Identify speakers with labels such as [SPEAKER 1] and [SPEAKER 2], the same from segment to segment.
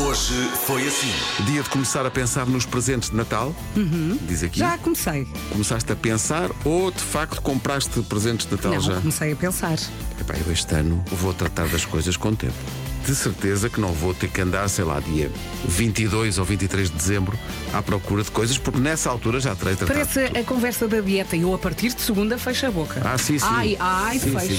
[SPEAKER 1] Hoje foi assim.
[SPEAKER 2] Dia de começar a pensar nos presentes de Natal, diz aqui.
[SPEAKER 3] Uhum. Já comecei.
[SPEAKER 1] Então
[SPEAKER 2] Começaste a pensar ou de facto compraste presentes de Natal
[SPEAKER 3] Não,
[SPEAKER 2] já?
[SPEAKER 3] comecei a pensar.
[SPEAKER 1] Então.
[SPEAKER 2] Epá, eu este ano vou tratar das coisas com tempo. De certeza que não vou ter que andar, sei lá, dia 22 ou 23 de dezembro à procura de coisas, porque nessa altura já terei tratado.
[SPEAKER 3] Parece a conversa da dieta. Eu, a partir de segunda, fecho a boca.
[SPEAKER 2] Ah, sim, sim.
[SPEAKER 3] Ai, ai,
[SPEAKER 2] Sim,
[SPEAKER 3] fecho.
[SPEAKER 2] sim.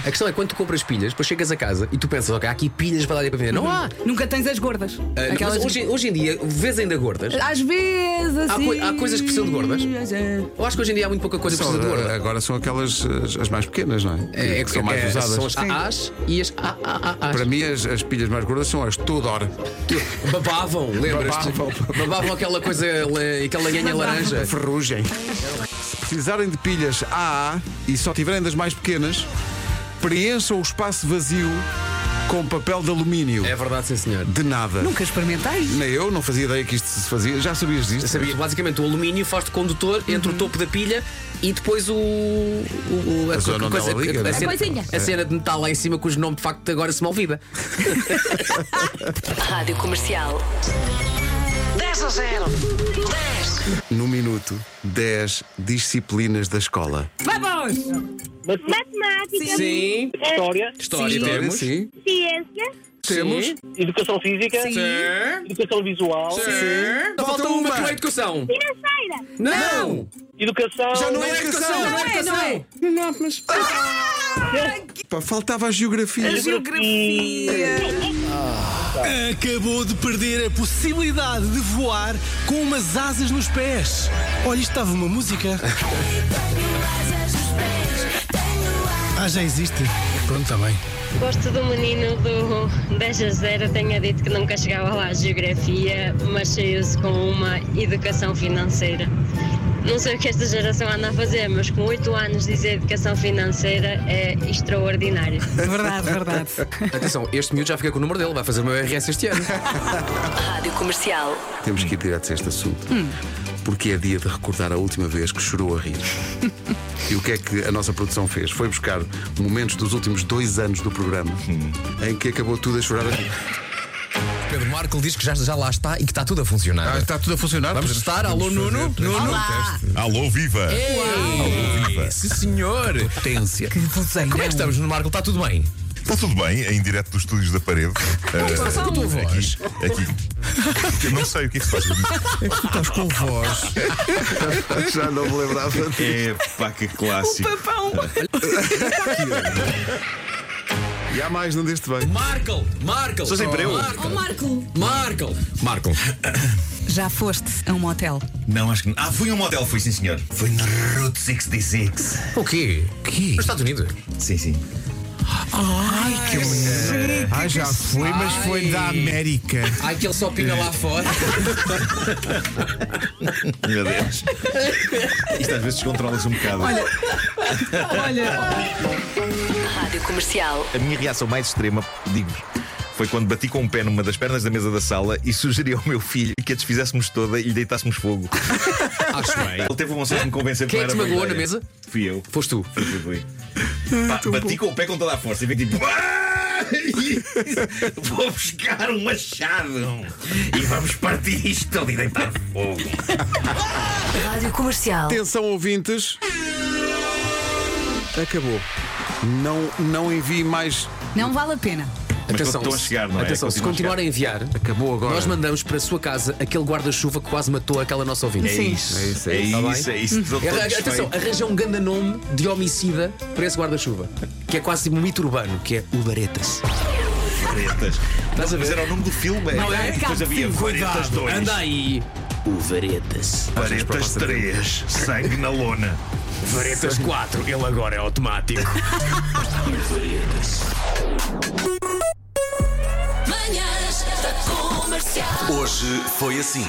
[SPEAKER 1] A questão é quando tu compras pilhas, depois chegas a casa e tu pensas, ok, há aqui pilhas para dar e para vender. Não há!
[SPEAKER 3] Nunca tens as gordas.
[SPEAKER 1] Ah, não,
[SPEAKER 3] Aquelas-
[SPEAKER 1] mas hoje, hoje em dia, vês ainda gordas.
[SPEAKER 3] Às vezes,
[SPEAKER 1] Há
[SPEAKER 3] assim.
[SPEAKER 1] coi- há coisas que precisam de gordas? Eu acho que hoje em dia há muito pouca coisa que
[SPEAKER 2] Só,
[SPEAKER 1] precisa de
[SPEAKER 2] ah,
[SPEAKER 1] gorda.
[SPEAKER 2] agora são aquelas as, as mais pequenas, não é? Que- que são mais
[SPEAKER 1] é,
[SPEAKER 2] usadas. Ah,
[SPEAKER 1] São as AAs e as AAAs.
[SPEAKER 2] Para mim, as, as pilhas mais gordas são as Tudor.
[SPEAKER 1] Babavam, lembras-te?
[SPEAKER 2] Babavam.
[SPEAKER 1] Babavam aquela coisa, le- aquela ganha laranja.
[SPEAKER 2] Ferrugem. Se precisarem de pilhas AA e só tiverem das mais pequenas, preencham o espaço vazio com papel de alumínio.
[SPEAKER 1] É verdade, sim senhor.
[SPEAKER 2] De nada.
[SPEAKER 3] Nunca experimentei.
[SPEAKER 2] Nem eu, não fazia ideia que isto se fazia. Já sabias disto?
[SPEAKER 1] Eu sabia, basicamente o alumínio faz de condutor entre o topo da pilha e depois o. o- o-
[SPEAKER 2] Uhum. A zona onde ela liga, não é?
[SPEAKER 1] a, cena,
[SPEAKER 4] A coisinha.
[SPEAKER 1] a cena de metal lá em cima cujo nome de facto agora se malviva.
[SPEAKER 4] Rádio Comercial.
[SPEAKER 5] 10 a 0. 10.
[SPEAKER 2] No minuto, 10 disciplinas da escola.
[SPEAKER 3] Vamos!
[SPEAKER 6] Matemática,
[SPEAKER 1] Sim.
[SPEAKER 6] História,
[SPEAKER 1] História
[SPEAKER 3] Sim.
[SPEAKER 1] temos.
[SPEAKER 2] Sim.
[SPEAKER 6] ciência,
[SPEAKER 2] Temos.
[SPEAKER 1] Sim.
[SPEAKER 6] educação física,
[SPEAKER 1] Sim.
[SPEAKER 6] educação visual,
[SPEAKER 1] Sim. Falta uma tua educação.
[SPEAKER 6] financeira,
[SPEAKER 1] Não!
[SPEAKER 6] educação.
[SPEAKER 2] Já não Ah!
[SPEAKER 1] Não é educação, não é educação!
[SPEAKER 2] Não, mas. Pá, faltava a geografia.
[SPEAKER 3] Geografia.
[SPEAKER 7] Acabou de perder a possibilidade de voar com umas asas nos pés. Olha, isto estava uma música. Ah, já existe. Pronto, está bem.
[SPEAKER 8] Gosto do menino do 10 a 0. Tenho dito que nunca chegava lá a geografia, mas saiu-se com uma educação financeira. Não sei o que esta geração anda a fazer, mas com 8 anos dizer educação financeira é extraordinário.
[SPEAKER 3] É Verdade, verdade.
[SPEAKER 1] Atenção, este miúdo já fica com o número dele, vai fazer o meu RS este ano.
[SPEAKER 4] Rádio Comercial.
[SPEAKER 2] Temos que ir direto a este assunto.
[SPEAKER 1] Hum.
[SPEAKER 2] Porque é dia de recordar a última vez que chorou a rir. e o que é que a nossa produção fez? Foi buscar momentos dos últimos dois anos do programa em que acabou tudo a chorar a rir.
[SPEAKER 1] Pedro Marco diz que já, já lá está e que Ah, está tudo a funcionar.
[SPEAKER 2] está tudo a funcionar.
[SPEAKER 1] Vamos testar, alô Nuno.
[SPEAKER 2] um
[SPEAKER 1] Nuno.
[SPEAKER 9] Alô, viva!
[SPEAKER 1] Ei, Sim, senhor.
[SPEAKER 2] Potência.
[SPEAKER 1] Como é que estamos, Nuno Marco? Está tudo bem?
[SPEAKER 9] Está tudo bem, É em direto dos estúdios da parede.
[SPEAKER 1] Está com a tua voz.
[SPEAKER 9] Ah, aqui. Eu não sei o que é que se faz com isso.
[SPEAKER 2] Estás com voz. Já não me lembrava disso.
[SPEAKER 9] É pá, que clássico.
[SPEAKER 2] E há mais, não deste bem.
[SPEAKER 1] Marco, Marco. Sou sempre eu. Marco. Marco. Marco.
[SPEAKER 3] Já foste a um hotel?
[SPEAKER 10] Não, acho que não. Ah, fui a um motel, fui sim senhor. Fui na Route 66.
[SPEAKER 1] O quê? Nos Estados Unidos?
[SPEAKER 10] Sim, sim.
[SPEAKER 2] Ah, já foi, mas
[SPEAKER 1] foi da
[SPEAKER 2] América.
[SPEAKER 1] Ai, que ele só pinga lá fora.
[SPEAKER 10] Meu Deus. Isto às vezes descontrola-se um bocado.
[SPEAKER 4] Rádio Comercial.
[SPEAKER 10] A minha reação mais extrema, digo foi quando bati com um pé numa das pernas da mesa da sala e sugeri ao meu filho que a desfizéssemos toda e lhe deitássemos fogo.
[SPEAKER 1] Acho bem.
[SPEAKER 10] Ele teve um senso de me convencer
[SPEAKER 1] Quem é
[SPEAKER 10] não
[SPEAKER 1] que
[SPEAKER 10] era
[SPEAKER 1] te
[SPEAKER 10] boa
[SPEAKER 1] magoou na
[SPEAKER 10] ideia.
[SPEAKER 1] mesa?
[SPEAKER 10] Fui eu.
[SPEAKER 1] Foste tu.
[SPEAKER 10] Fui, fui, fui. Pá, bati com o pé com toda a força e vi tipo. "Ah!" Vou buscar um machado e vamos partir isto ali deitar fogo.
[SPEAKER 4] Rádio Comercial.
[SPEAKER 2] Atenção, ouvintes. Acabou. Não, não envie mais.
[SPEAKER 3] Não vale a pena.
[SPEAKER 10] Mas estão a chegar, não é?
[SPEAKER 1] Atenção, se
[SPEAKER 10] Continuam a
[SPEAKER 1] continuarem a enviar,
[SPEAKER 2] Acabou agora.
[SPEAKER 1] nós mandamos para a sua casa aquele guarda-chuva que quase matou aquela nossa ouvinte.
[SPEAKER 3] Sim.
[SPEAKER 10] isso,
[SPEAKER 2] É isso, é
[SPEAKER 10] é
[SPEAKER 1] isso.
[SPEAKER 10] isso, é isso. Estou todo
[SPEAKER 1] Arra- Tá Atenção,
[SPEAKER 10] desfeito.
[SPEAKER 1] arranja um grande nome de homicida para esse guarda-chuva. Que é quase um mito urbano, que é o Baretas.
[SPEAKER 10] Varetas.
[SPEAKER 1] Estás a
[SPEAKER 10] Mas
[SPEAKER 1] ver?
[SPEAKER 10] era o nome do filme,
[SPEAKER 1] Não, é?
[SPEAKER 10] Depois havia Varetas 2,
[SPEAKER 1] Anda aí. O Varetas.
[SPEAKER 10] Varetas 3, Sangue na Lona.
[SPEAKER 1] Varetas 4, ele agora é automático.
[SPEAKER 4] Manhãs da Comercial.
[SPEAKER 1] Hoje foi assim.